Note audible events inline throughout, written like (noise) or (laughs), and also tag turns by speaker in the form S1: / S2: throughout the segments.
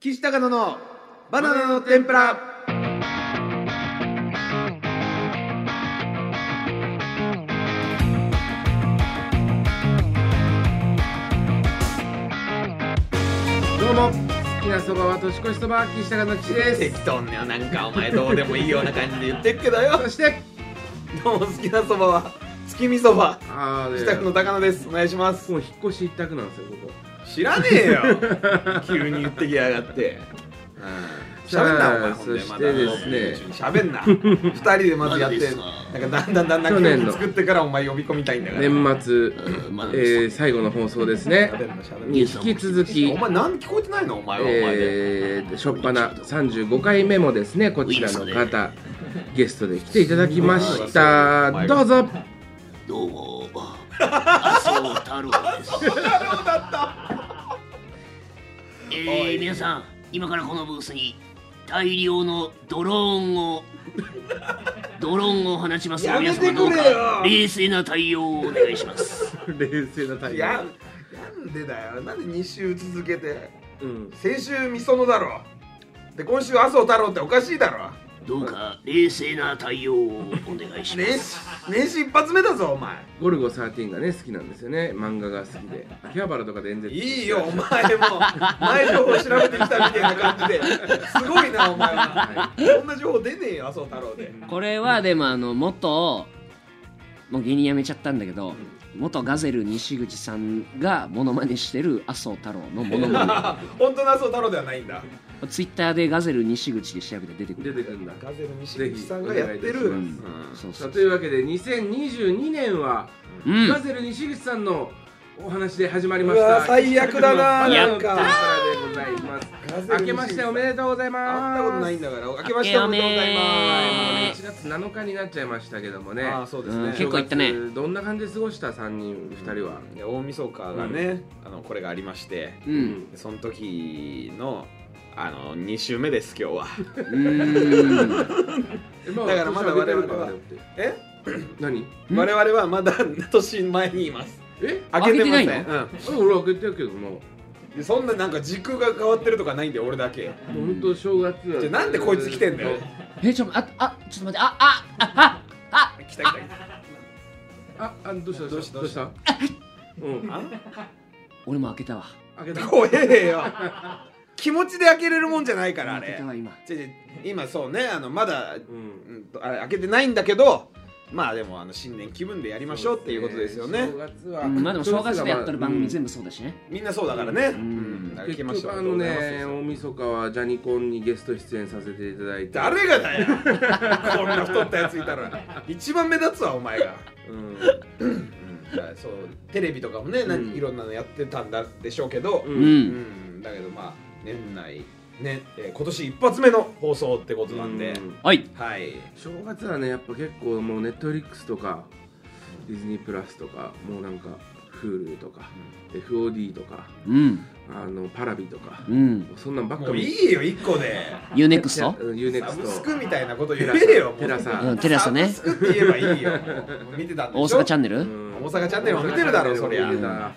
S1: 岸高野のバナナの天ぷらどうも好きなそばは年越しそば岸高野岸です
S2: 適当ねなんかお前どうでもいいような感じで言ってっけどよ
S1: そして
S2: (laughs) どうも好きなそばは月見そば
S1: あー
S2: 北区の高野ですお願いします
S1: もう引っ越し一択なんですよここ
S2: 知らねえよ (laughs) 急に言ってきやがってうん
S1: さあ
S2: 喋んなお前ほんで
S1: そ
S2: ま
S1: して
S2: だ
S1: ですね
S2: 喋んな (laughs) 二人でまずやって
S3: マジですか
S2: なんかだんだんだんだん
S1: 去年の
S2: 曲作ってからお前呼び込みたいんだから
S1: 年末、
S3: うんまあ
S1: えー最後の放送ですね
S2: 喋んな喋んな
S1: に引き続き
S2: お前何聞こえてないのお前はお前で
S1: えー、しょっぱな35回目もですねこちらの方ゲストで来ていただきましたどうぞ
S3: どうも。麻生太
S2: (laughs)
S3: 郎です。えー、皆さん、今からこのブースに大量のドローンを。ドローンを放ちますので。
S2: やめてくれよ
S3: 皆様どうか冷静な対応をお願いします。
S1: 冷静な対
S2: やなんでだよなんで2週続けて
S1: うん、
S2: 先週みそのだろで今週麻生太郎っておかしいだろ
S3: どうか冷静な対応をお願いしま
S2: 年
S3: す。
S2: 始年始一発目だぞお前
S1: ゴルゴ13がね好きなんですよね漫画が好きで秋葉原とかで演説
S2: いいよお前も前情報調べてきたみたいな感じですごいなお前はそんな情報出ねえよ麻生太郎で (laughs)
S4: これはでもあの元もう芸人辞めちゃったんだけど元ガゼル西口さんがモノマネしてる麻生太郎のモノマ
S2: 本当の麻生太郎ではないんだ
S4: ネツイッターでガゼル西口で調べて出てく
S1: 出
S4: る
S1: てくるんだ
S2: ガゼル西口さんがやって
S1: ぜひ
S2: る
S1: お願いい
S4: そうそ
S1: さあ
S4: う
S1: というわけで2022年は、
S4: うん
S1: ガゼル西口さんのお話で始まり
S2: う
S1: ました
S2: わ最悪だななん
S1: ガ
S2: か
S1: ゼルのバナナの天ぷらでござい
S2: ガゼル西口
S1: ま
S2: さ
S1: す
S2: ん
S1: 明けましておめでとうございま
S2: 会っ
S1: す
S2: たことないんだから明けましておめでとうございま
S1: 1月7日になっちゃいましたけども
S2: す
S1: ね
S2: ああそうです
S4: うん
S2: ね
S4: 結構行ったね
S1: 正月どんな感じで過ごした3人2人は、
S2: いや大晦日がね、あのこれがありまして
S4: うん
S2: その時のあの2週目です今日は
S4: うーん
S1: えまあ
S2: だからまだ我々は
S1: 年明けてるからだって
S2: (laughs) え
S1: 何
S2: 我々はまだ年前にいます
S1: え
S2: 開けてません
S4: 開けてない
S1: 俺開けてるけども
S2: うん、そんななんか時空が変わってるとかないんだよ俺だけ
S1: もう本当正月
S2: じゃあなんでこいつ来てんだよ
S4: えちょっとああちょっと待ってああああ
S2: 来た来た来
S1: ああどうしたどうし
S2: ど
S1: たどう
S2: う
S1: し
S2: した
S1: うん
S4: 俺も開けたわ
S1: 開け
S2: た (laughs)
S1: た
S2: 怖えよ気持ちで開けれるもんじゃないからあ
S4: 開け
S2: れ
S4: たわ今
S2: 違う違う今そうねあのまだ、
S1: う
S2: うんんと、あれ開けてないんだけどまあでもあの新年気分でやりましょうっていうことですよね
S1: 正月は
S4: うんまあでも正月でやってる番組
S1: 全
S4: 全部そうだしね
S2: みんなそうだからね、うんん、開
S1: 結
S2: けました
S1: 局あのね大晦日はジャニコンにゲスト出演させていただいて
S2: 誰がだよこんな太ったやついたら一番目立つわお前が、
S1: うん
S2: うん、だからそうテレビとかもね、な
S1: うん
S2: いろんなのやってたんだでしょうけど、
S1: う
S4: うんん
S2: うんだけどまあ年内ね、えー今年一発目の放送ってことなんで、
S1: うん
S4: はい
S2: はい
S1: 正月はねやっぱ結構もうネットフリックスとかディズニープラスとかもうなんか Hulu とか、FOD とか
S4: うん
S1: あのパラビとか、
S4: うん
S1: そんなんばっ
S2: も
S1: か
S2: う
S1: 見
S2: いいよ一個で
S4: UNEXT?
S2: サブス
S1: UNEXT
S2: クみたいなこと言えよもう
S1: テラさ
S4: うんテラサね
S2: サブスクって言えばいいよもう見てたんでし
S4: 大
S2: ょ
S4: 阪チャンネル
S1: 大
S2: 大阪チャンネルも見てるだろそりゃ
S1: 見て
S2: うん
S1: た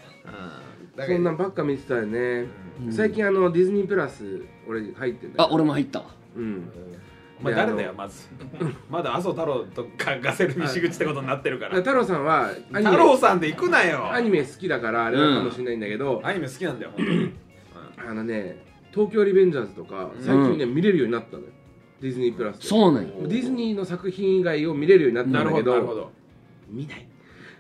S2: だ
S1: そ
S2: け
S1: んな
S2: ど
S1: んばっか見てたよね、
S4: うん
S1: 最近あのディズニープラス俺入ってんだ
S4: あ
S1: よ
S4: 俺も入ったわ
S1: うん
S2: お前誰だ
S1: であ
S2: よ
S1: の
S2: まずまだ麻生太郎とかガセル西口ってことになってるか
S1: だか
S2: ら
S1: ら太郎さんはアニメ
S2: 太郎さんで行くなよ
S1: アニメ好きだからあれなのかもしれないんだけど、
S2: アニメ好きなんだよ本当にうん
S1: あのね東京リベンジャーズとか
S2: うん
S1: 最近ね、見れるようになったのよディズニープラスで
S4: そうなんよ
S1: ディズニーの作品以外を見れるようにな
S2: な
S1: った
S2: る
S1: んだ
S2: ほ
S1: け
S2: ど
S1: ど
S2: なるほど
S1: 見ない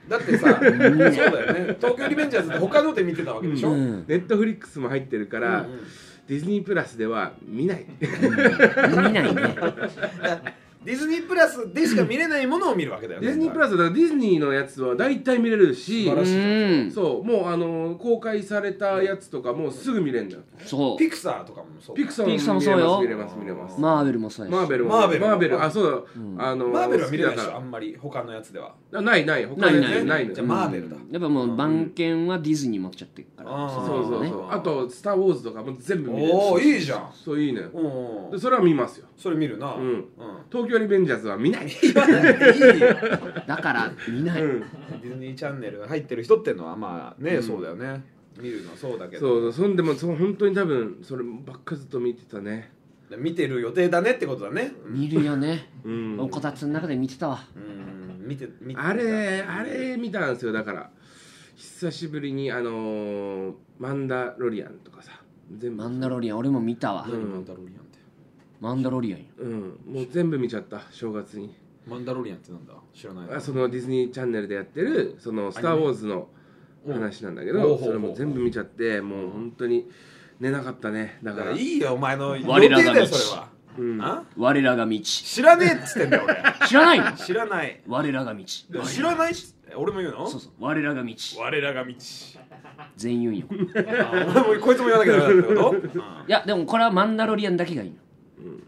S2: だってさ、そうだよね。東京リベンジャーズって他ので見てたわけでしょ。
S4: う
S2: うん
S4: ん
S1: ネットフリックスも入ってるから、ディズニープラスでは見ない
S4: 見ないね
S2: ディズニープラスでしか見れないものを見るわけだよね
S1: ディズニープラスだからディズニーのやつは大体見れるし
S2: 素晴らしい
S4: うん
S1: そうもうあの公開されたやつとかもうすぐ見れるんだよ
S4: そ
S2: ピクサーとかもそう
S1: ピクサーも
S4: ピクサーもそうよ
S1: 見れます見れます
S4: う
S1: 見れます
S4: マーベルもそうやし
S1: マーベルも
S2: マーベルも
S1: マーベルあそうだ、
S4: うん
S1: あの
S2: マーベルは見れないで
S1: 好
S2: しょあ
S1: きだか
S2: んまり他のやつでは
S1: らないない他のやつ
S2: な
S1: ないい
S2: ない
S1: の
S2: じゃ
S1: よ
S2: あマーベルだ
S4: やっぱもう番犬はディズニー持っちゃってるから
S2: あー
S1: そう
S4: の
S1: そうそう
S4: ね
S1: あと「スター・ウォーズ」とかも全部見れる
S2: おおいいじゃん
S1: そういいのよ
S2: うんう
S1: で
S2: ん
S1: それは見ますよ
S2: それ見るな
S1: うん
S2: うん
S1: 東京リベンジャーズは見ない、
S2: いやいいよデ
S4: だから見ない、
S1: うん
S2: (laughs) ィズニーチャンネル入ってる人ってのはまあね、そうだよね見るのそうだけ
S1: そ
S2: ど
S1: うそうそんでもそう本当に多分そればっかずっと見てたね
S2: 見てる予定だねってことだね
S4: 見るよね、
S1: うん
S4: おこたつの中で見てたわ
S2: うん見て見て
S1: あれあれ見たんですよだから久しぶりにあのーマンダロリアン」とかさ全部
S4: マンダロリアン俺も見たわ、
S1: う
S2: 何
S1: ん
S2: マンダロリアンって
S4: マンダロリアンよ
S1: うんもう全部見ちゃった正月に
S2: マンダロリアンってなんだ知らないな
S1: あそのディズニーチャンネルでやってる「そのスター・ウォーズ」の話なんだけ
S2: うんおうほ
S1: ど
S2: うほう
S1: それも全部見ちゃってもう本当に寝なかったねだ
S2: だか
S1: から
S2: い
S1: ら
S2: いよお前の予定
S4: 我らが
S2: だよ
S4: 道
S2: それは
S1: うん
S2: あ
S4: 我らが道知
S2: 知らねえっつってんだよ俺
S4: らないの
S2: 知らない
S4: 我らが道
S2: 知らないし俺も言うの
S4: そうそう我らが道
S2: 我らが道
S4: 全員よ
S2: 俺もこいつも言わなきゃダメだってこと
S4: いやでもこれはマンダロリアンだけがいいの、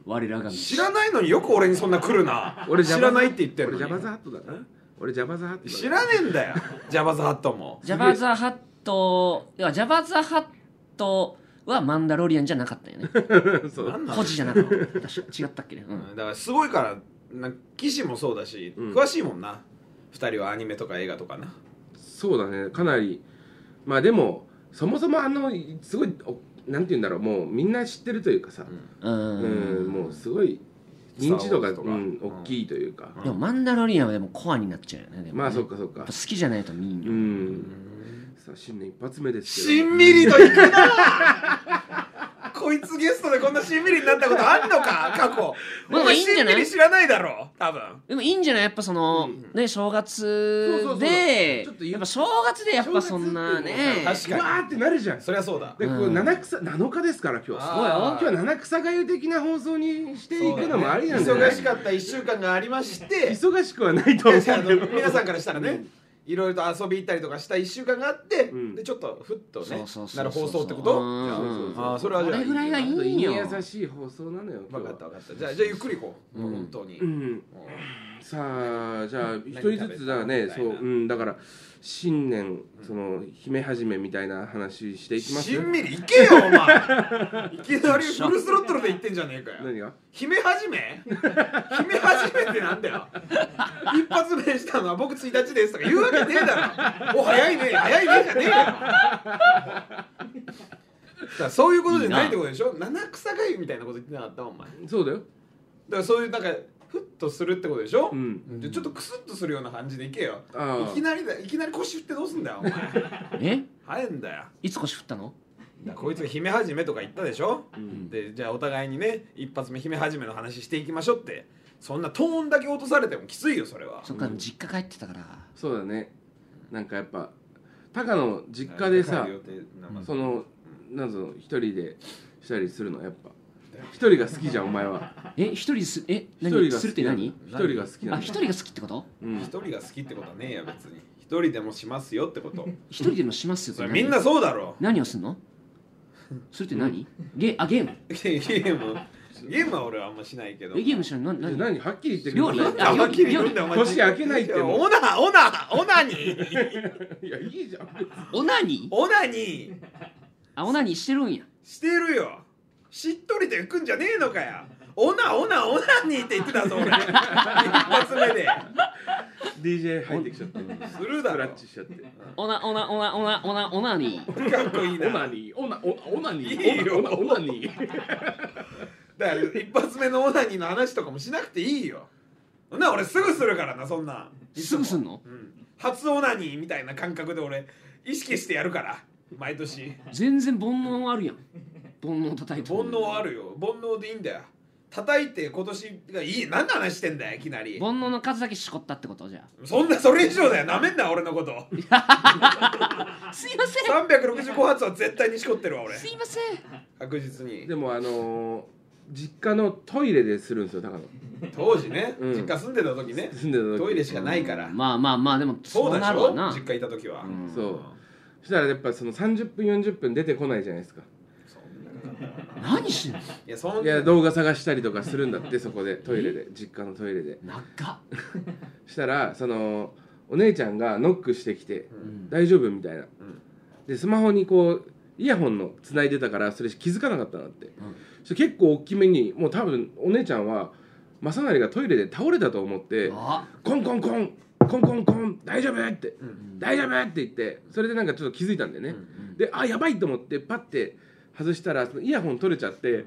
S4: 我らが道
S2: 知らないのによく俺にそんな来るな
S1: 俺
S2: 知
S1: ジャバ
S2: らないって言ってる
S1: 俺ジャバ
S2: のに
S1: ザハットだな俺ジャバザハットだな
S2: 知らねえんだよジャバズハットも
S4: ジャバザハットいやジャバザハットはマンダロリアンじゃなかった
S1: (laughs)
S4: よね
S1: そう
S2: なんな
S4: コ
S2: の
S4: ジじゃなかった確か違ったっけね、うん
S2: だからすごいからな騎士もそうだし、
S1: うん
S2: 詳しいもんな二人はアニメとか映画とかな
S1: そうだねかなりまあでもそもそもあのすごいおなんて言うんだろうもうみんな知ってるというかさ、
S4: う
S1: うん
S4: ん、
S1: もうすごい認知度が
S2: スターウォーズとか
S1: うん、大きいというか、
S4: でもマンダロリアンはでもコアになっちゃうよねでもね
S1: まあそっ
S4: や
S1: かそっか
S4: っぱ好きじゃないと見ん
S1: う
S4: よ、
S1: ん、さあ新年一発目です
S2: し
S1: けど
S2: んみりといくな (laughs) こいつゲストでこんなしんみりになったことあんのか過去
S4: まあ
S2: お前
S4: いいんじゃな
S2: し
S4: い
S2: んみり知らないだろ多分
S4: でもいいんじゃないやっぱその、ね正月
S1: そうそうそう
S4: で
S1: ちょっと言う
S4: やっぱ正月でやっぱそんなね
S2: 正月っていう
S1: う
S2: の
S1: わ
S2: は
S1: ーってなるじゃん
S2: そりゃそうだ
S1: でこう
S4: うん
S1: 七草7日ですから今日
S2: そうよ
S1: 今日は七草がゆ的な放送にしていくのもありなんじゃない
S2: 忙しかった1週間がありまして
S1: 忙しくはないと思うけ
S2: あの
S1: ど
S2: 皆さんからしたらね、いろいろと遊び行ったりとかした1週間があって、
S1: うん
S2: でちょっとふっとね
S4: そうそうそうそ
S2: な
S4: う
S2: る放送ってこと
S4: うん
S2: じゃあ
S1: うん
S2: あーそれはじゃあ
S4: これぐらいがいい
S1: ちょっと胃
S4: ん
S1: に
S4: よ
S1: 優しい放送なのよ今
S2: 分か
S1: 日は
S2: った分かったじゃあじゃあゆっくり行こう、もう本当に、
S1: うんさあじゃあ一人ずつだ
S2: 何食べ
S1: ね
S2: たみたい
S1: そう
S2: な
S1: うんだから新年その姫始めみたいな話していきます
S2: しんみり行けよお前
S1: (laughs)
S2: いきなりフルスロットルで行ってんじゃねえかよ
S1: 何が
S2: 姫始め姫始めってなんだよ一発目したのは僕1日ですとか言うわけねえだろお早いね早いねじゃねえよだからそういうことじゃないってことでしょ七草がゆみたいなこと言ってなかったお前だか
S1: そうだよ
S2: らそういうなんかふっとするってことでしょ、
S1: うん
S2: でちょっとクスッとするような感じでいけよ
S1: あー
S2: いきなりだいきなり腰振ってどうすんだよお前
S4: え
S2: 早いんだよ
S4: いつ腰振ったの
S2: だからこいつが姫始めとか言ったでしょ、でじゃあお互いにね一発目姫始めの話していきましょうってそんなトーンだけ落とされてもきついよそれは
S4: そっか実家帰ってたから
S1: そうだねなんかやっぱ高野実家でさ
S2: 帰る予定なまあ
S1: そのなんぞ一人でしたりするのやっぱ一人が好きじゃんお前は
S4: え一人ですえ
S1: 一人
S4: (laughs) 何
S1: が
S4: す
S1: 好
S4: るって
S1: きなの
S4: 何
S1: 一人が好きな
S4: あ
S1: の
S4: 一人が好きってこと
S1: うん
S2: 一人が好きってことはねえや別に一人でもしますよってこと
S4: 一人でもしますよっ
S2: そ
S4: て
S2: れ
S4: 何
S2: みんなそうだろ
S4: 何をすんのそれって何ゲあゲーム
S2: ゲームゲームは俺はあんましないけど
S4: えゲームしないの
S1: じゃあ
S4: 何何
S1: 何はっきり言って
S4: 料
S1: る
S4: 理
S1: よ
S2: あはっきり言うんだよお前
S1: 年明けないってもう
S2: オナオナオナに
S1: いやいいじゃん
S4: オナニー
S2: オナに
S4: あオナニーしてるんや
S2: してるよしっとりと行くんじゃねえのかよオナオナオナにって言ってたぞ俺一発目で
S1: DJ 入ってきち (laughs) ゃった
S2: するだ
S1: クラ
S2: ろ
S1: ッチしちゃって
S4: オナオナオナオナオナオナニー
S2: かっこいいな
S1: オナニーオナオオナニ
S2: いい
S1: ー
S2: よ
S1: オナオナオナニー
S2: だから一発目のオナニーの話とかもしなくていいよそんな俺すぐするからなそんなんいつ
S4: す
S2: も
S4: ぐすんの
S2: うん初オナニーみたいな感覚で俺意識してやるから毎年
S4: 全然煩悩あるやん煩悩叩いて
S2: 煩悩あるよ煩悩でいいんだよ叩いて今年がいい何の話してんだよいきなり
S4: 煩悩の数だけしこったってことじゃ
S2: そんなそれ以上だよなめんな俺のこと
S4: あすいません
S2: 365発は絶対にしこってるわ俺
S4: すいません
S2: 確実に
S1: でもあのー実家のトイレでするんですよ高野
S2: 当時ね、
S1: うん
S2: 実家住んでた時ね
S1: 住んでた時
S2: トイレしかないから、
S4: まあまあまあでも
S2: そう
S4: そう
S2: でし
S4: なる
S2: ょ
S4: わな
S2: 実家いた時は、
S4: うん
S1: そうそしたらやっぱその30分40分出てこないじゃないですか
S2: そんなことない
S4: 何してんの
S2: いやそん
S1: い
S2: な
S1: や動画探したりとかするんだってそこでトイレで実家のトイレで
S4: 長っ
S1: したらそのお姉ちゃんがノックしてきて
S4: うん
S1: 「大丈夫?」みたいな、
S2: ん
S1: でスマホにこうイヤホンの繋いでたからそれ気づかなかったなって、
S4: ん
S1: そして結構大きめにもう多分お姉ちゃんは正成がトイレで倒れたと思って
S4: あ
S1: 「コンコンコンコンコンコン大丈夫?」って
S2: う
S1: 「
S2: ん
S1: 大丈夫?」って言ってそれでなんかちょっと気づいたんだよね、
S2: うん
S1: であやばいと思ってパッて外したらそのイヤホン取れちゃって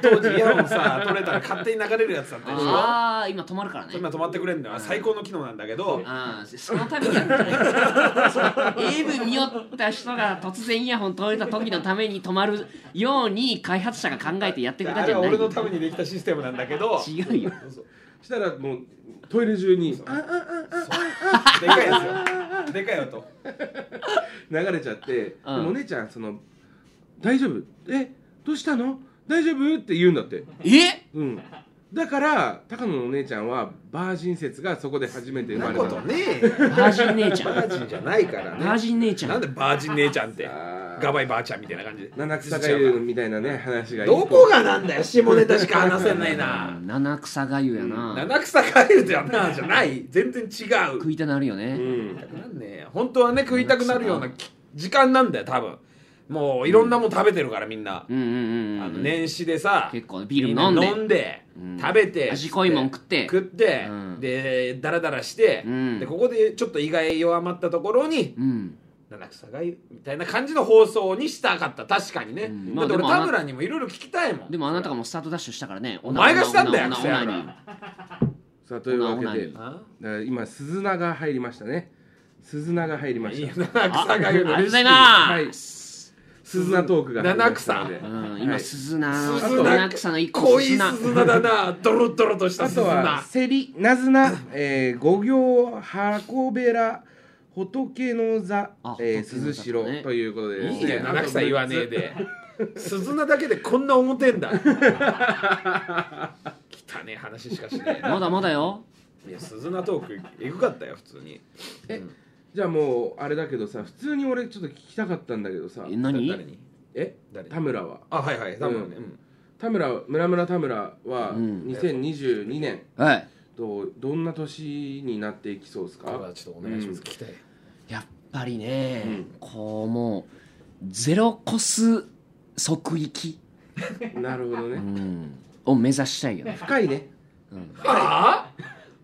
S2: 当時イヤホンさ取れたら勝手に流れるやつだったでしょ
S4: あー今止まるからね
S2: 今止まってくれんのは最高の機能なんだけど、
S4: あーそのためにやる AV 見よった人が突然イヤホン取れた時のために止まるように開発者が考えてやってくれた
S2: あ
S4: んじ
S2: れ
S4: ゃ
S2: は
S4: ない
S2: 俺のためにできたシステムなんだけど
S4: 違うよ
S2: そうそう
S1: したらもうトイレ中にあああああ
S2: でかいやつよでかいよと
S1: 流れちゃって、
S4: うん
S1: でもお姉ちゃんその「大丈夫えどうしたの大丈夫?」って言うんだって
S4: え
S1: うんだから高野のお姉ちゃんはバージン説がそこで初めて生
S2: な
S1: まれ
S2: こ
S1: た
S2: と
S1: の
S2: ねえよ
S4: バージン姉ちゃん
S2: バージンじゃないからね
S4: バージン姉ちゃ
S2: なん
S4: ん
S2: でバージン姉ちゃんって
S1: あー
S2: ガバイばあちゃんみたいな感じで
S1: 七草がゆみたいなね話が
S2: どこがなんだよ下ネタしか話せないな
S4: 七草がゆやな
S2: 七草カエルじゃなじゃない全然違う
S4: 食いたなるよ
S1: う
S4: ね
S1: ん
S2: なんね本当はね食いたくなるようなき時間なんだよ多分もういろんなもん食べてるからみんな、
S4: うんうんうん
S2: あの
S4: うん
S2: 年始でさ
S4: 結構ビール飲んで
S2: みな飲んで、
S4: うん
S2: 食べて
S4: 味濃いもん食って
S2: 食って、
S4: うん
S2: でダラダラして、
S4: うん
S2: でここでちょっと意外弱まったところに
S4: うん
S2: 七草がゆみたいな感じの放送にしたかった確かにね、
S4: ん
S2: だって俺
S4: まあでもあな
S2: 田村にもいろいろ聞きたいもん
S4: でもあなたがもうスタートダッシュしたからねお
S2: お前がしたんだよ
S4: な
S2: クソ野郎
S1: さあというわけ
S4: オナ
S1: で
S4: オ
S1: だか
S2: あ
S1: ら今鈴菜が入りましたね鈴菜が入りま
S2: い
S1: し
S2: や
S1: た
S2: 七
S4: あ
S2: 草が
S4: あ
S2: ゆ
S4: り
S2: の
S4: がと
S2: レ
S4: う
S2: シ
S4: ござい
S2: ピ
S1: はい
S4: ます
S1: 鈴菜トークが入りましたので
S2: 七
S4: う
S2: 草
S4: ん今
S1: はい
S4: 鈴菜の
S2: 鈴菜
S4: 七草の一個
S2: 濃い
S4: 鈴菜
S2: 鈴菜だなドロドロとした
S1: あ
S2: 鈴
S1: とは
S2: 菜
S1: セリナズナ、えー、五行箱べら仏の座
S4: あ、
S1: えー、
S4: 仏の
S1: 鈴
S4: 座
S1: 代
S4: ね
S1: ということでです
S2: い
S1: ね
S2: いね七草言わねえで鈴菜だけでこんな重てんだ汚ねえ話しかしねえ
S4: ま
S2: な
S4: だまだよ
S2: いや鈴菜トークエグかったよ普通に
S1: じゃあもうあれだけどさ普通に俺ちょっと聞きたかったんだけどさ
S2: 誰
S4: え何
S2: に
S1: え
S2: 誰に
S1: 田村は
S2: あはいはい多分ね、
S1: う
S2: うん
S1: 田村村村田村は
S4: うん
S1: 2022年
S4: はい
S1: どうどんな年になっていきそうです
S2: 田
S1: か
S2: 村ちょっとお願いします、
S1: うん
S2: 聞きたい
S4: やっぱりね、
S1: うん
S4: こうもうゼロコス即域、
S1: なるほど
S4: う
S1: ね
S4: ん、を目指したいよね
S1: 深いね
S2: はあ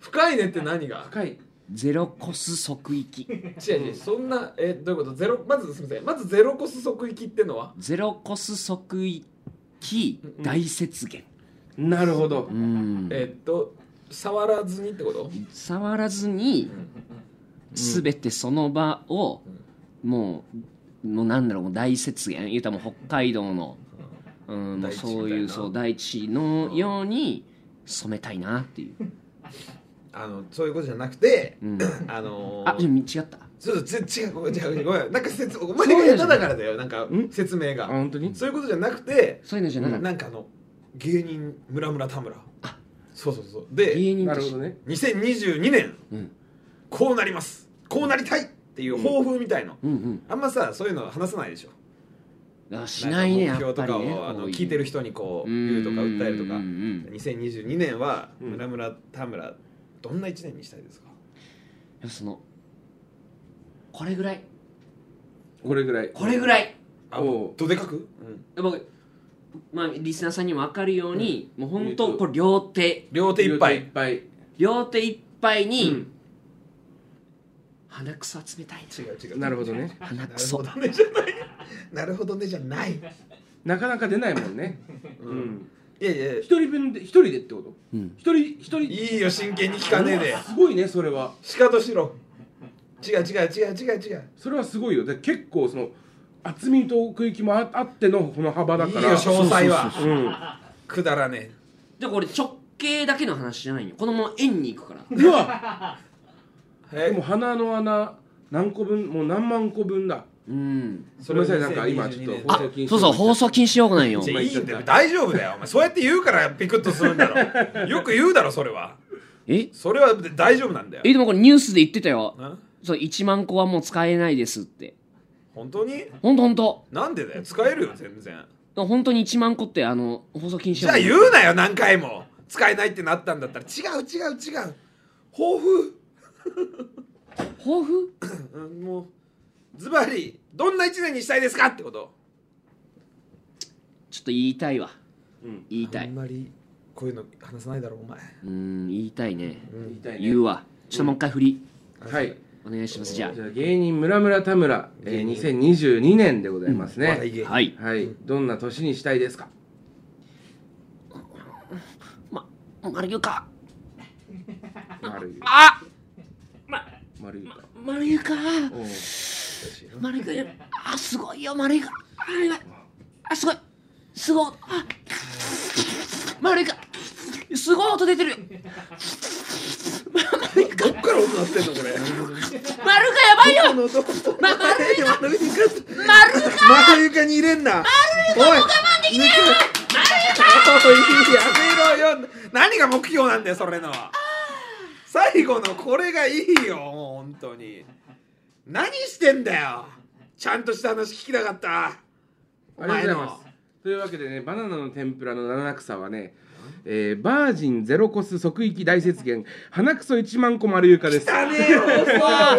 S2: 深いねって何が
S1: 深い
S4: ゼロコス即域
S2: 違う違うそんなえどういうことゼロまずすみませんまずゼロコス即域ってのは
S4: ゼロコス即域大雪原
S1: なるほど
S4: うん
S2: えっと触らずにってこと
S4: 触らずに全てその場をもうもうなんだろうもう大雪原言うたらもう北海道の、うん、もう
S2: 大地みたいな
S4: そういうそう大地のように染めたいなっていう、
S2: あのそういうことじゃなくて
S4: うん、
S2: あのー、
S4: あでも違った
S2: そうそうぜ違うごめん違うごめんなんか説お
S4: そう
S2: 前
S4: い
S2: が
S4: うのじ
S2: 下
S4: ゃな
S2: 手だ
S4: い
S2: からだよなんか
S1: ん
S2: 説明
S1: あ
S2: が
S1: 本当に
S2: そういうことじゃなくて
S4: そういうのじゃなかった
S2: なんかあの芸人村村田村そうそうそうで
S4: 芸人
S1: な
S4: と
S1: る
S4: し
S1: ほ
S4: て
S1: どね
S2: 2022年、
S4: うん
S2: こうなりますこうなりたいっていう抱負みたいの、
S4: うん
S2: あんまさそういうの話さないでしょ
S4: うんあしないね
S2: ん
S4: や
S2: か目
S4: っ
S2: 標
S4: ぱ
S2: と
S4: り
S2: かを、
S4: ね
S2: あの
S4: こういう
S2: 聞いてる人にこう
S4: うん
S2: 言うとか訴えるとか
S4: うんうん
S2: 2022年は
S1: うん
S2: 村村田村どんな1年にしたいですか
S4: でもそのこれぐらい
S1: これぐらい
S4: これぐらい
S2: あ
S1: おう
S2: どでかく、
S4: 僕まあリスナーさんにも分かるように、もう本当これ両手
S2: 両手いっぱ
S1: いっ
S2: い
S1: ぱい
S4: 両手いっぱいに、
S1: うん
S4: 鼻くそ集めたい
S2: 違う違う
S1: なるほどね
S2: な
S4: 鼻
S2: る
S4: く
S2: ほ
S4: そ
S2: どねじゃないなるほどねじゃない
S1: なかなか出ないもんね
S2: うん
S1: うん
S2: いやいや
S1: 一人分で一人でってこと
S4: うん
S1: 一人一人
S2: いいよ真剣に聞かねえで
S1: あすごいねそれは
S2: しかとしろ違う違う違う違う違う
S1: それはすごいよで結構その厚みと奥行きもああってのこの幅だ
S2: いい
S1: か
S2: よ
S1: ら
S2: 詳細は
S1: うん
S2: くだらね
S4: でこれ直径だけの話じゃないよこのまま円に行くから
S1: うわ
S2: え
S1: でも鼻の穴何個分もう何万個分だ
S4: うん
S1: ごめんなさいなんか今ちょっと
S4: あ
S1: 放送禁止
S4: そうそう放送禁止用語なんよ
S2: じゃあいいんだよ大丈夫だよお前そうやって言うからピクッとするんだろよく言うだろそれは
S4: え
S2: それは大丈夫なんだよ
S4: えでもこれニュースで言ってたよ
S2: な
S4: そう1万個はもう使えないですって
S2: 本当に
S4: ほんとほんと
S2: なんでだよ使えるよ全然
S4: 本当に1万個ってあの放送禁止
S2: じ
S4: 用
S2: ゃあ
S4: 語
S2: 言うなよ何回も使えないってなったんだったら違う違う違う抱負
S4: 抱負
S2: うんもうズバリどんな一年にしたいですかってこと
S4: ちょっと言いたいわ、
S1: うん
S4: 言いた
S2: あ
S4: い
S2: んまりこういうの話さないだろお前
S4: うん言いたいね
S1: 言いたいね
S4: 言うわちょっともう一回振り、
S1: はい
S4: お願いしますじゃ
S1: じゃあ芸人村村田村、えー、2022年でございますね、
S2: 笑い芸
S4: あはい
S1: はい、どんな年にしたいですか
S4: ま丸ゆか
S1: 丸ゆ
S4: あま
S1: 丸ゆか
S4: 丸ゆか
S1: おう
S4: 丸ゆかやあすごいよ丸ゆかあ丸ゆかあすごいすごい音あ丸ゆかすごい音出てるよ
S2: どっから音鳴ってんのこ
S4: (laughs)
S2: れ
S4: 丸ゆかやばいよ
S2: このどこ
S4: ま丸ゆか
S2: 丸床 (laughs)
S4: 丸ゆか
S2: 丸床に入れんな丸床我慢できないおいやめろよ何が目標なんだよそれの最後のこれがいいよもう本当に何してんだよちゃんとした話聞きたかった
S1: ありがとうございます。というわけでね、バナナの天ぷらの七草はね、えー、バージンゼロコス即域大雪原、花くそ1万個丸床です。
S2: 汚ねえよ
S4: わ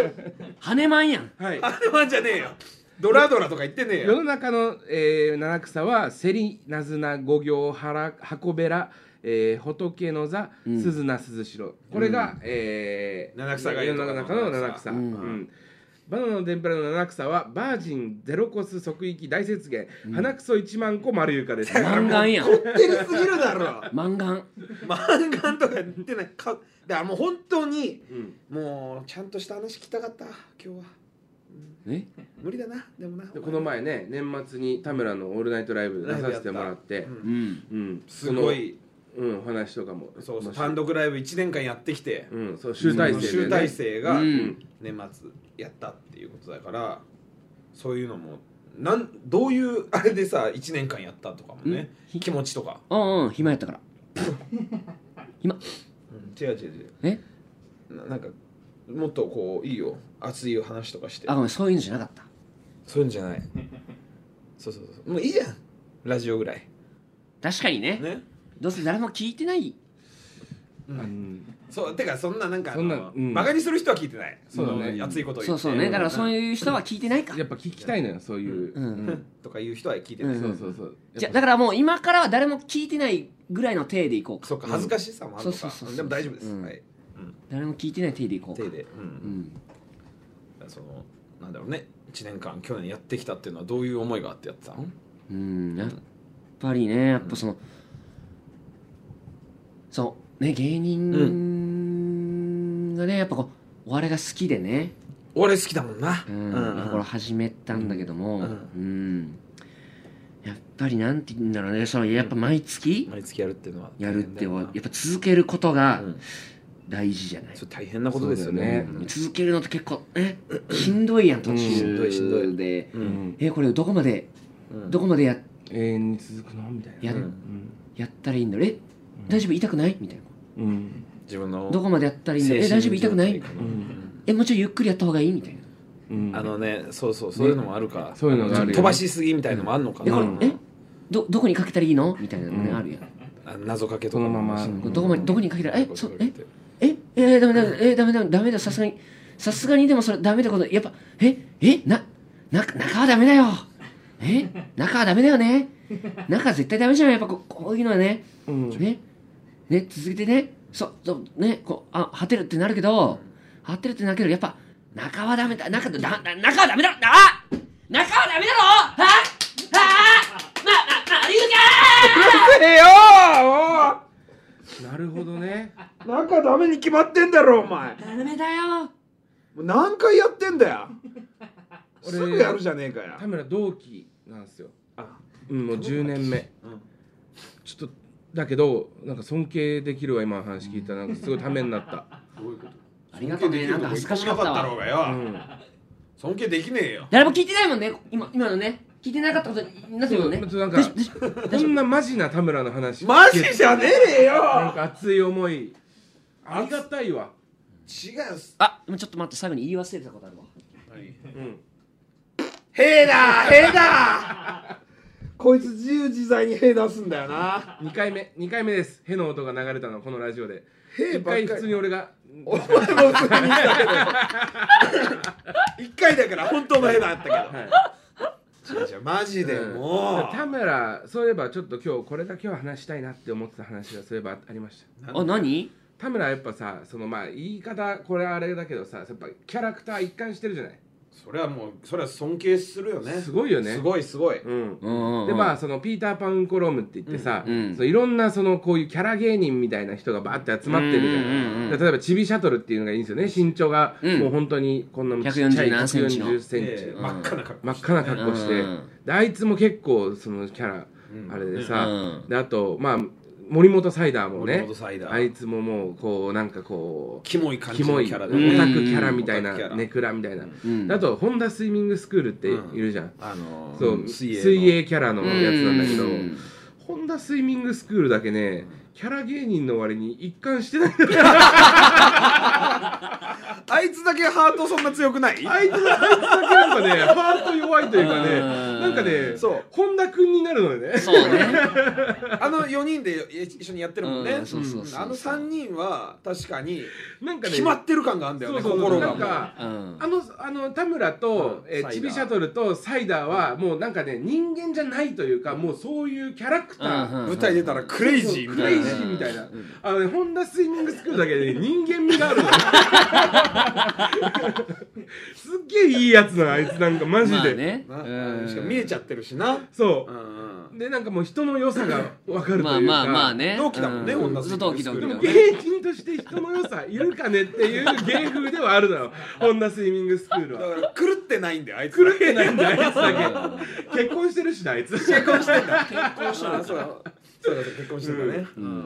S4: 羽ねまんやん
S1: はい。
S2: あれはじゃねえよドラドラとか言ってねえ
S1: 世
S2: よ
S1: の中の、えー、七草は、セリ、ナズナ、五行、原、箱べら、えー、仏の座、鈴名、鈴代。これが、えー、
S2: 七草がい
S1: 世
S2: ると
S1: の
S2: この
S1: 中の七草。
S4: うん
S1: うんバナナの天ぷらの七草はバージンゼロコス即域大雪原、花くそ1万個丸床です。
S4: マンガンやん
S2: 凝ってるすぎるだろ
S4: マンガン
S2: 漫画とか言ってないかだからもう本当に
S1: うん
S2: もうちゃんとした話聞きたかった今日は
S4: え
S2: 無理だなでもな
S1: でこの前ね年末に田村の「オールナイトライブ」出させてもらって
S2: うん
S4: うん
S1: うん
S2: すごい
S1: そのうんお話とかも
S2: そうそう
S1: もし
S2: 単独ライブ1年間やってきて、
S1: うんそう集大成で、ね、
S2: 集大成が
S4: うん
S2: 年末やったっていうことだからそういうのもなんどういうあれでさ1年間やったとかもね
S4: うん
S2: 気持ちとか、
S4: うんうん暇やったから
S2: うん、違う違う違う
S4: え
S2: ななんかもっとこういいよ熱い話とかして
S4: あごめんそういうんじゃなかった
S2: そういうんじゃ (laughs) ないそうそうそうもういいじゃんラジオぐらい
S4: 確かにね
S2: ね
S4: どうせ誰も聞いてない
S1: うん
S2: そうてかそんななんかあの
S1: そんなうん
S2: バカにする人は聞いてないそ
S1: そう
S2: の
S1: だね
S2: 熱いことを言
S4: そ
S2: って
S4: うそうねだから
S2: ん
S4: そういう人は聞いてないか
S1: やっぱ聞きたいのよそういう、
S4: うん
S2: とかいう人は聞いてない、
S4: うん
S1: そうそうそう
S4: じゃ
S1: や
S4: あだ
S1: っ
S4: からもう今からは誰も聞いてないぐらいの体でいこうか
S2: そっか恥ずかしさもあるの
S4: そう
S2: か
S4: そうそうそう
S2: でも大丈夫です、
S4: うん
S2: はい
S4: 誰も聞いてない体でいこうか
S2: 手で、う
S4: うんん
S2: そのなんだろうね1年間去年やってきたっていうのはどういう思いがあってやってたの
S4: うんやっぱりねやっぱそのそうね芸人がねやっぱこうお笑いが好きでね
S2: 俺好きだもんな
S4: うん
S2: う
S4: 今頃
S2: ん
S4: 始めたんだけども
S2: うん
S4: うんやっぱりなんて言うんだろうねそのやっぱ毎月
S2: 毎月やるっていうのは
S4: やるってや
S2: 大変だよな
S4: っぱ続けることが
S2: うん
S4: 大事じゃない
S2: それ大変なことですよね
S1: そう
S4: 続けるのって結構えしんどいやん途中で、
S1: しん
S2: どいしんどい
S4: で
S2: う
S1: うんん
S4: えこれどこまで
S2: うん
S4: どこまでや
S1: 永遠に続くのみたいな
S4: や
S2: うん
S4: る
S1: うん
S4: やったらいいんだろえ大丈夫痛くないみたいな
S1: うん
S2: 自分の
S4: どこまでやったらいいんだろえ
S2: 精神
S4: 大丈夫痛くない
S2: 状態か
S1: うん
S4: えもうちょいゆっくりやった方がいいみたいな
S1: うん
S2: あのねそうそうそういうのもあるから、
S1: そういうのがあるよね
S2: 飛ばしすぎみたいのもあるのか
S4: え
S2: な、
S4: こ
S2: うん
S4: れえどどこにかけたらいいのみたいなのね、
S1: うん
S4: あるやん
S2: あ謎かけと
S1: そ
S2: か
S1: のま
S2: も
S1: ま
S4: これどこまでどこにかけたらえそうえええー、ダメだえー、ダメだダメださすがにさすがにでもそれダメだことやっぱええなな中はダメだよえ中はダメだよね中は絶対ダメじゃんやっぱここういうのはね
S1: うん
S4: ねね続けてねそうそうねこうあ果てるってなるけど果てるってなるけどやっぱ中はダメだ中だだだ中はダメだあ中はダメだろはあはあまあまあまあ言うか
S2: えよ
S1: なるほどね
S2: おなんかダメに決まってんだろお前
S4: ダメだよ
S2: もう何回やってんだ
S1: (laughs)
S2: よ
S1: 俺
S2: すぐやるじゃねえかよ
S1: 田村同期なんですよ、
S2: あ
S1: うん、もう10年目ちょっとだけどなんか尊敬できるわ今の話聞いたらなんかすごいためになった
S4: ありがとうねなんか恥ずかしかったわ
S2: うが
S1: う
S2: よ
S1: ん
S2: 尊敬できねえよ
S4: 誰も聞いてないもんね今今のね聞いてなかったことになってるもんね
S1: そうなんか
S4: でしで
S1: (laughs)
S4: し
S1: こんなマジな田村の話
S2: マジじゃねえ
S1: なん
S2: よ
S1: か熱い思いありがたいわ
S2: 違うっす
S4: あ今ちょっと待って最後に言い忘れてたことあるわ
S1: うん
S2: へえだへえだこいつ自由自在にへえ出すんだよな
S1: 2回目2回目ですへの音が流れたのこのラジオで
S2: へえば
S1: 1
S2: っか
S1: 回
S2: り
S1: 普通に俺が
S2: お前も普通に言ったけど一回だから本当のへえだあったけど
S1: はい
S2: じゃあマジで
S1: うん
S2: も
S1: 田村そういえばちょっと今日これだけは話したいなって思ってた話がそういえばありました
S2: う
S4: あ何
S1: 田村はやっぱさそのまあ言い方これあれだけどさやっぱキャラクター一貫してるじゃない
S2: それはもうそれは尊敬するよね
S1: すごいよね
S2: すごいすごい、
S1: うん
S4: うんうん
S1: でまあそのピーター・パンコロームって言ってさ、
S4: うんうん
S1: そのいろんなそのこういうキャラ芸人みたいな人がバーって集まってるじゃない、
S4: うんうんうん
S1: だから例えばチビシャトルっていうのがいいんですよね身長が
S4: うん
S1: もう本当にこんなちっちゃい
S4: 147センチの
S1: 140センチ、
S2: ええ真っ赤な格好
S1: 真っ赤な格好して、
S4: うん
S1: であいつも結構そのキャラあれでさ、
S4: うん
S1: であとまあ森本サイダーも
S2: 森
S1: ね
S2: 本サイダー
S1: あいつももうこうなんかこう
S2: キモい感じ
S1: キモ
S2: の
S1: い
S2: キ
S1: オ
S2: ャ
S1: タ
S2: ラ
S1: ク
S2: で
S1: キ
S2: ね
S1: ャラみたい
S2: オタクキャ
S1: な
S2: ラ
S1: ネクラみたいな、
S4: うん
S1: であとホンダスイミングスクールって
S2: うん
S1: いるじゃん、
S2: あのー
S1: そう
S2: の
S1: 水泳キャラのやつなんだけど、
S4: うん
S1: ホンダスイミングスクールだけねキャラ芸人の割に一貫してない (laughs)
S2: あいつだけハートそんな強くない
S1: あいつあいつだけなんかねハート弱いというかね
S4: うん
S1: なんかね
S2: そう
S1: 本田君になるのよね
S4: そうね
S2: あの4人でい一緒にやってるもんね、
S4: うんそうそうそうそう
S2: あの3人は確かに
S1: (laughs) なんかね
S2: 決まってる感があるんだよ
S1: そ
S2: ね
S1: うそうそう
S2: 心
S1: な
S2: が
S1: ん
S2: もう
S1: か
S4: うん
S1: あのあの田村と、
S2: うん
S1: えー
S2: サイダー
S1: チビシャトルとサイダーはもうなんかね人間じゃないというかもうそういうキャラクター、
S4: うんうん
S2: 舞台出たらクレイジーみ
S1: ク
S2: たい
S1: レイ
S2: な
S1: ジ
S2: ね
S1: ーみたいな、あのね、ホンダスイミングスクールだけで、ね、人間味があるの (laughs) すっげえいいやつなのあいつなんかマジで、
S4: まあね
S2: な
S4: うん
S2: しかも見えちゃってるしな、
S1: そううん
S2: うん、
S1: でなんかもう人の良さが分かるというか
S4: まあまあまあね
S2: 同期だもんね
S4: う
S2: 同じ
S4: 同期同期
S1: で
S4: 同
S1: も
S4: 期
S1: 芸人として人の良さいるかねっていう芸風ではあるのよホンダスイミングスクール
S2: だ
S1: は
S2: から狂ってないんだよあいつ
S1: 狂ってないんだあいつだけ結婚してるしなあいつ結婚して
S2: 結婚してるそうだそうだ結婚してるね、うん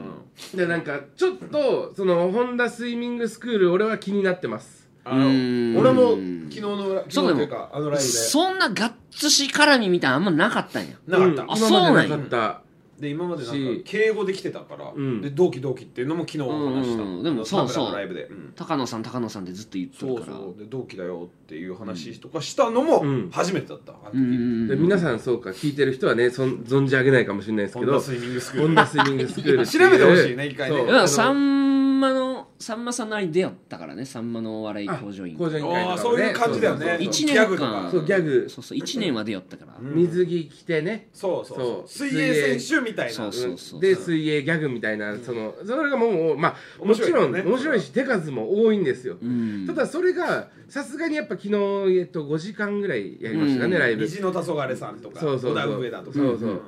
S1: でなんかちょっとそのホンダスイミングスクール俺は気になってます
S2: あの
S4: うん
S2: 俺も昨日のラ昨日
S4: そうだよ
S2: というかあのライブで
S4: そんながっつし絡みみたいなのあんまなかったんや
S2: なかった、
S1: うん
S4: あ
S1: 今まで
S4: そうな
S1: なんか
S4: や
S1: った
S2: で今までなん
S1: し
S2: か敬語で来てたから、
S1: ん
S2: で同期同期っていうのも昨日話した、
S4: うんうんでもそうそ
S2: 田
S4: う
S2: 村のライブで、うん
S4: 高野さん高野さんってずっと言って
S2: そ
S4: る
S2: う
S4: から
S2: そうで同期だよっていう話とかしたのも
S1: うん
S2: 初めてだった、あの時
S4: うんうん
S1: で皆さんそうか聞いてる人はねそん存じ上げないかもしれないです
S2: ホ
S1: け
S2: ン
S1: ど
S2: ダスイミングスクー
S1: ホン
S2: ル
S1: ダスイミングス
S2: (laughs)
S1: クールっていう
S2: 調べてほしいね一回ね
S1: そう
S4: だからさんまのさんまさんの間に出会ったからねさんまのお笑い
S1: あ
S4: 向上員
S1: 向上委員会とか
S2: あ
S1: も
S2: あ
S1: ね
S2: そういう感じだよね
S1: そうそう
S4: 一
S2: ギャ
S4: 年
S2: グとか
S4: 間
S1: そうギャグ
S4: そうそう1年は出会ったから
S2: うん
S1: 水着着てね
S2: そうそう
S1: そう
S2: 水泳選手みたいな
S4: そうそうそう
S1: で
S4: そう
S1: 水泳ギャグみたいなそのそれがもうまあも
S2: 面白
S1: ち
S2: いよ
S1: ろん
S2: ね
S1: 面白いし手数も多いんですよ
S4: うん
S1: ただそれがさすがにやっぱ昨日えっと5時間ぐらいやりました
S4: う
S1: ね
S4: ん
S1: ライブ
S2: 虹の黄昏さんとか
S1: そうそうそう
S2: 小田上田とか
S1: そうそう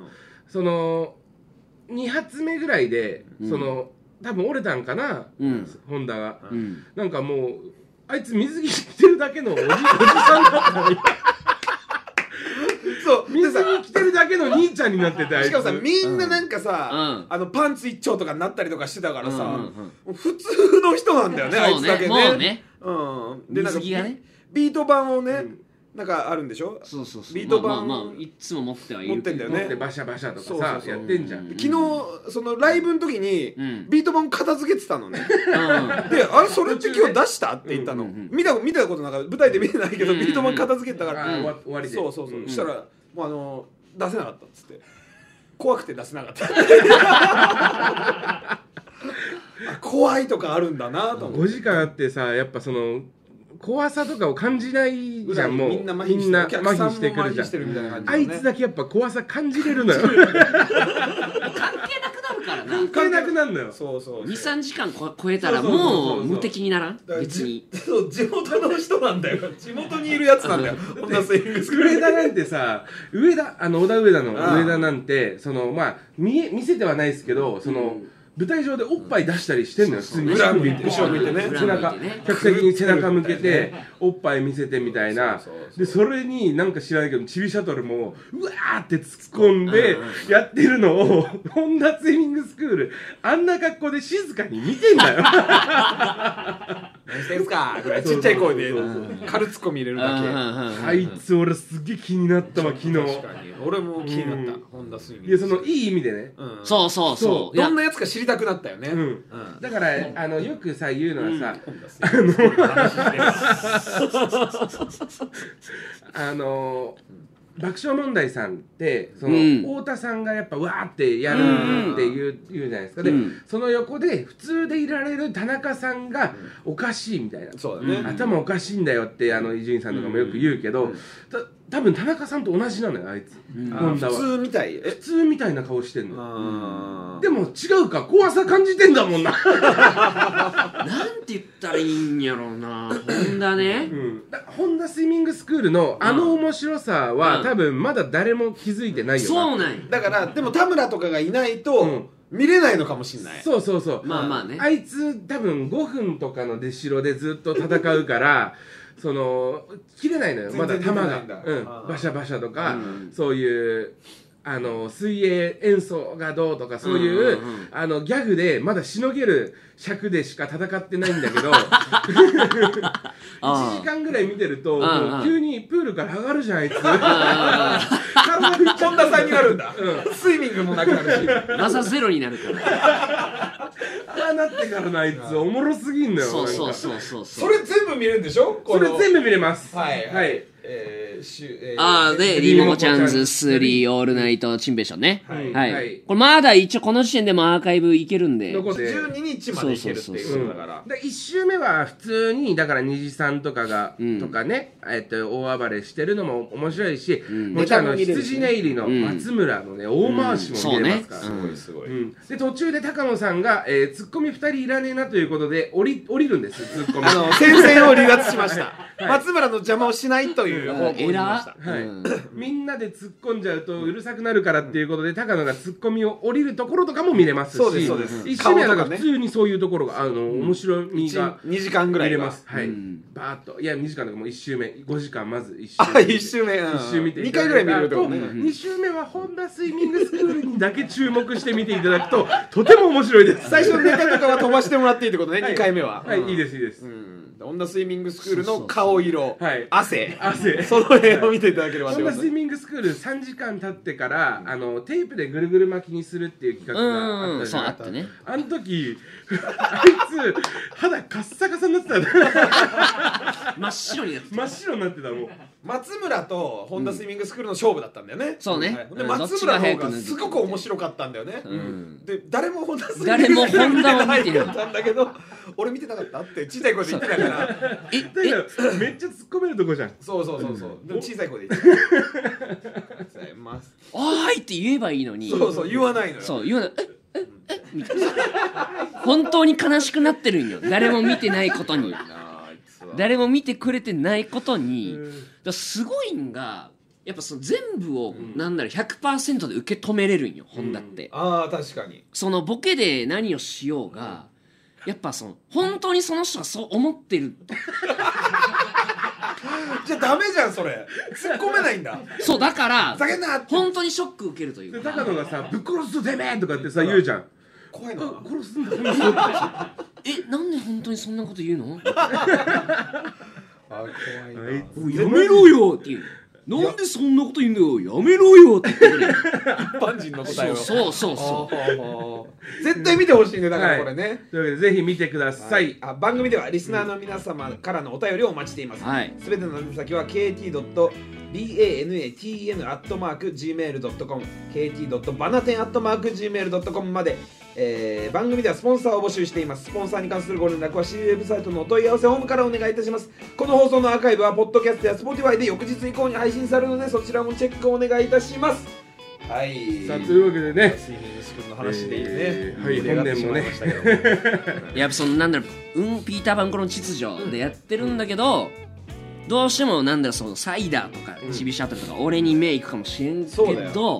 S1: その2発目ぐらいで
S4: うん
S1: その多分折れたんかな
S4: うん
S1: ホンダが
S4: うん
S1: なんかもうあいつ水着着てるだけのおじおじさんだったのに
S2: そうで
S1: 水
S2: さ
S1: 着着てるだけの兄ちゃんになっててあいつ
S2: しかもさみんななんかさ、
S4: うん
S2: あのパンツ一丁とかになったりとかしてたからさ、
S4: うんうんうん
S2: もう普通の人なんだよねあい
S4: そう
S2: つだけ
S4: ね
S2: ね
S4: もうね
S2: うん、でなんか
S4: 水着がね
S2: ビビート版をね、
S1: うん
S2: なんかあるんでしょ
S4: そうそうそう
S2: ビート板
S4: まあまあまあいっつも持ってはいる
S2: 持ってんだよね
S1: 持ってバシャバシャと
S2: そう
S1: か
S2: そう
S1: さ
S2: そう
S1: やってんじゃん
S4: うん
S2: 昨日そのライブの時に、
S4: うん
S2: ビート版片付けてたのね
S1: (laughs)
S4: うん
S2: であれそれって今日出したって言ったの、
S4: うんうんうん
S2: 見た見たことなんかった舞台で見てないけど、
S4: うんうんうん
S2: ビート版片付けてたから、
S1: あ終わ終わりで
S2: そうそうそう、
S1: ん
S2: したらもうあの出せなかったっつって怖くて出せなかった
S1: (laughs)
S2: あ怖いとかあるんだなと思っ
S1: 5
S2: て
S1: 時間あってさやっぱその怖さとかを感じない
S2: ぐ
S1: じ
S2: ら
S1: ゃ
S2: い
S1: んもう
S2: みんな麻痺して
S1: みんな
S2: お客さんも
S1: 麻痺してくるじ
S2: 麻
S1: ゃ
S2: 痺してるみたいな感
S1: ん
S2: じ
S1: あい
S2: だね
S1: つだけやっぱ怖さ感じれるのよ
S4: 関係なくなるからな
S1: 関係なくなるのよ
S2: そうそうそう
S4: 23時間こ超えたら
S1: そうそうそうそう
S4: もう無敵にならん
S2: だから
S4: 別に
S2: じ (laughs) そう地元の人なんだよ地元にいるやつなんだよこんなスイングスクー
S1: 上
S2: ル
S1: 田なんてさ上田あの小田上田の
S2: ああ
S1: 上田なんてそのまあ見え見せてはないですけどその、舞台上でおっぱい出したりしてんのよ、普通に
S2: 裏向いて後
S1: 乳
S2: ろ向いてね
S1: 背中
S4: 裏向いてね
S1: 客席に背中向けておっぱい見せてみたいな
S2: そうそうそう
S1: でそれになんか知らないけどチビシャトルもうわーって突っ込んでやってるのを (laughs) ホンダスイミングスクールあんな格好で静かに見てんだよ
S2: 何してんすかぐら (laughs) いちっちゃい声で軽ツッコミ入れるだ
S1: あいつ俺すっげえ気になったわ昨日
S2: け確かに俺も気になった、
S1: うん
S2: ホンダスイミング
S1: いやそのいい意味でね、
S2: うん
S4: そうそうそ。
S1: そう
S2: どんなやつか知りたくなったよね
S1: うん
S2: うん
S1: だからあのよくさ言うのはさ、
S2: ホンダスイミング
S1: あの爆笑問題さんってその、
S4: うん
S1: 太田さんがやっぱわーってやるって言う,、言うじゃないですかで、
S4: うん
S1: その横で普通でいられる田中さんがおかしいみたいな、
S2: そうだね、
S4: うん
S1: 頭おかしいんだよってあの伊集院さんとかもよく言うけど、
S2: うん
S1: た多分田中さんと同じなのよあいつ、
S4: うん
S2: あ
S1: ホンダは
S2: 普通みたいえ
S1: 普通みたいな顔してんの
S2: あー
S1: でも違うか怖さ感じてんだもんな、
S4: なんて言ったらいいんやろうな。ほんだね。
S1: (laughs) だホンダスイミングスクールのあの面白さは、
S4: うん
S1: 多分まだ誰も気づいてないよな
S4: そうなんや
S2: だからでも田村とかがいないと、
S1: うん
S2: 見れないのかもしれ
S1: (laughs)
S2: ない
S1: そうそうそう
S4: まあまあね。
S1: あいつ多分5分とかの出しろでずっと戦うからその切れないのよまだ
S2: 全
S1: 球
S2: 然出て
S1: が
S2: ないんだ
S1: う
S2: あ
S1: ん、
S2: ー
S1: バシャバシャとか、
S4: うん
S1: そういうあの水泳演奏がどうとかそういう,、
S4: うんうんうん
S1: あのギャグでまだしのげる尺でしか戦ってないんだけど1時間ぐらい見てると
S4: うんうん
S1: もう急にプールから上がるじゃんあいつ
S4: あー
S1: 体に
S2: ホンダさんになるんだ、
S1: う
S2: スイミングもなくな
S1: (laughs)
S2: るし
S4: マサゼロになるから。
S1: ああなってからのあいつおもろすぎんのよ
S4: そう
S1: なん
S4: そ
S1: か
S4: うそうそうそ。
S2: そうれ全部見れるんでしょ
S1: それ全部見れます
S2: はい
S1: はい
S2: えーしゅえー
S4: ああ、で、リ
S1: リ
S4: モ
S1: モ
S4: コ
S1: コ
S4: チ
S1: チ
S4: ャ
S1: ャ
S4: ン
S1: ン
S4: ズ
S1: ズ
S4: 3オールナイトチンベーションね。
S2: はい
S4: はい。
S1: はい
S4: これまだ一応この時点でもアーカイブいけるんで。
S1: 残って
S2: 12日までいけるっていうことだから
S1: で1周目は普通にだから虹さんとかが、
S4: うん
S1: とかね、えっと大暴れしてるのも面白いし、
S4: ん
S1: もちろんあ
S2: ネ
S1: の
S2: タも見れるし
S1: 羊ね入りの松村のね、大回しも見れますから、
S4: そうね
S2: すごいすごい、
S1: うんで途中で高野さんが、えー、ツッコミ2人いらねえなということで降り降りるんですツッコミ
S2: あの戦線を離脱しました、松村の邪魔をしないという方向にいました
S4: 偉っ
S1: はい
S4: うん
S1: みんなで突っ込んじゃうとうるさくなるからっていうことで高野が突っ込みを降りるところとかも見れますし
S2: そうですそうです
S1: 1周目はだか
S2: 顔とからね
S1: 普通にそういうところがあの面白みが、
S2: 2時間ぐら
S1: 見
S2: い
S1: れ
S2: は
S1: ます。はい。
S4: うん
S1: バーっと。いや、2時間とかもう1周目、5時間まず1
S2: あ
S1: 周目。
S2: 一周目うん
S1: 一周見て
S2: 二回ぐらい見れるってことね
S1: 2周目はホンダスイミングスクールにだけ注目して見ていただくと、 (laughs) とても面白いです。
S2: 最初のネタとかは飛ばしてもらっていいってことね、
S1: はい
S2: 2回目は、
S1: はい、いいです、いいです
S2: う。ん、女スイミングスクールの顔色
S1: はい
S2: 汗
S1: 汗
S2: その辺を見ていただければ
S1: ホ
S2: と
S1: ン
S2: 思
S1: ダ
S2: いま
S1: スイ
S2: す
S1: ミングスクール3時間経ってから、あの、テープでぐるぐる巻きにするっていう企画が
S4: う
S1: あっ
S4: ん、
S1: たじ
S4: そう、
S1: ゃ
S4: あ
S1: な
S4: ってね。
S1: あの時、あいつ、肌カッサカサになってたよね
S4: 真っ白になって
S1: 真っ白になってたもん。
S2: 松村とホンダスイミングスクールの勝負だったんだよね、
S4: そうね
S2: はいで
S4: うん
S2: 松村の方
S4: どっちが早く脱
S2: が
S4: ぐ
S2: すごく面白かったんだよね、
S4: ん
S2: で誰もホンダスイミング
S4: 誰もホンダを
S2: 見て
S4: 見てな
S2: ないかったんだけど俺見てなかったって小さい声で言ってた (laughs) から
S4: え、
S1: だけ
S4: え、
S1: どめっちゃ突っ込めるとこじゃん。
S2: そうそうそうそうでも小さい声で言ってた (laughs) ございます
S4: あーいって言えばいいのに。
S2: そうそう言わないのよ
S4: そう、言わない。え、え、え、みたいな。本当に悲しくなってるんよ。誰も見てないことに。
S2: あーあいつは
S4: 誰も見てくれてないことに。
S1: うん
S4: だからすごいんが、やっぱその全部を、なんだろう、100%で受け止めれるんよ、本だって。
S2: あー確かに
S4: そのボケで何をしようが、やっぱその、本当にその人がそう思ってる。
S2: じゃあダメじゃんそれ突っ込めないんだ
S4: そう、だから
S2: ふ、ざけんなって
S4: 本当にショック受けるとい
S1: で
S4: うか。
S1: 高野がさ「ぶっ殺すぞてめえ!」とかってさ言うじゃん
S2: 怖いな
S1: あ殺すんだこの人ってあ
S4: え、なんで本当にそんなこと言うの
S2: あ怖い
S1: い
S2: な
S1: つ
S4: やめろよっていう。なんでそんなこと言うんだよ。やめろよって言ってくれる。
S2: 一般人の答え
S4: そ
S2: を
S4: うそうそうそ
S2: あー絶対見てほしいねだからこれね、
S1: というわけでぜひ見てください、
S2: あ番組ではリスナーの皆様からのお便りをお待ちしています
S4: う。はい。
S2: すべての宛先は kt.banatn.gmail.com kt.banaten.gmail.com まで、えー番組ではスポンサーを募集していますスポンサーに関するご連絡は C ウェブサイトのお問い合わせホームからお願いいたしますこの放送のアーカイブはポッドキャストや Spotify で翌日以降に配信されるのでそちらもチェックをお願いいたしますはい
S1: さあというわけ
S2: (laughs)
S1: でね
S2: 睡眠スクールの話でいいね、
S1: えーはい
S2: 盛り上がってしまいましたけど
S4: いややっぱそのなんだろう、うん、ピーター・バンコの秩序でやってるんだけど、どうしてもなんだろう、そのサイダーとか、チビシャトルとか、俺に目いくかもしれんけ
S2: そうだ
S4: ど
S2: よ、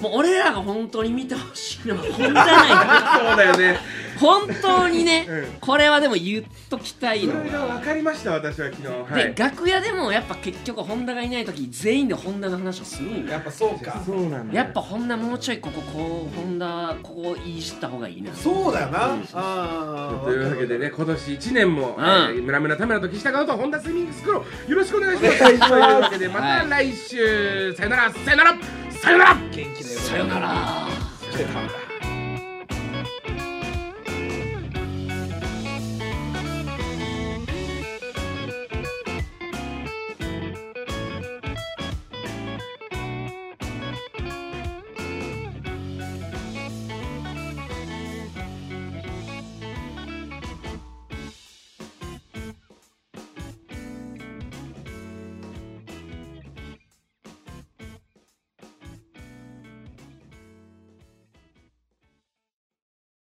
S4: もう俺らが本当に見てほしいのは本じゃないか
S1: そうだよね
S2: (laughs)
S4: 本当にね、
S1: うん
S4: これはでも言っときたい
S1: そ
S4: の
S1: れが
S4: は
S1: 分かりました私は昨日は
S4: で
S1: い
S4: 楽屋でもやっぱ結局本田がいない時全員で本田の話をするん
S2: (laughs)
S4: だ
S2: やっぱそうか
S1: そうなんだ
S4: やっぱ本田もうちょいこここう本田ここいじった方がいいな
S2: (laughs) そうだよな、
S1: うん
S2: あー
S1: というわけでね今年1年も、
S4: うん
S1: えー村村田村と岸田川と本田スイミングスクールをよろしくお願いします
S2: お願いします
S1: というわけでまた来週、さよならさよならさよなら
S2: 元気だよ
S4: さよなら
S2: 来てたんだ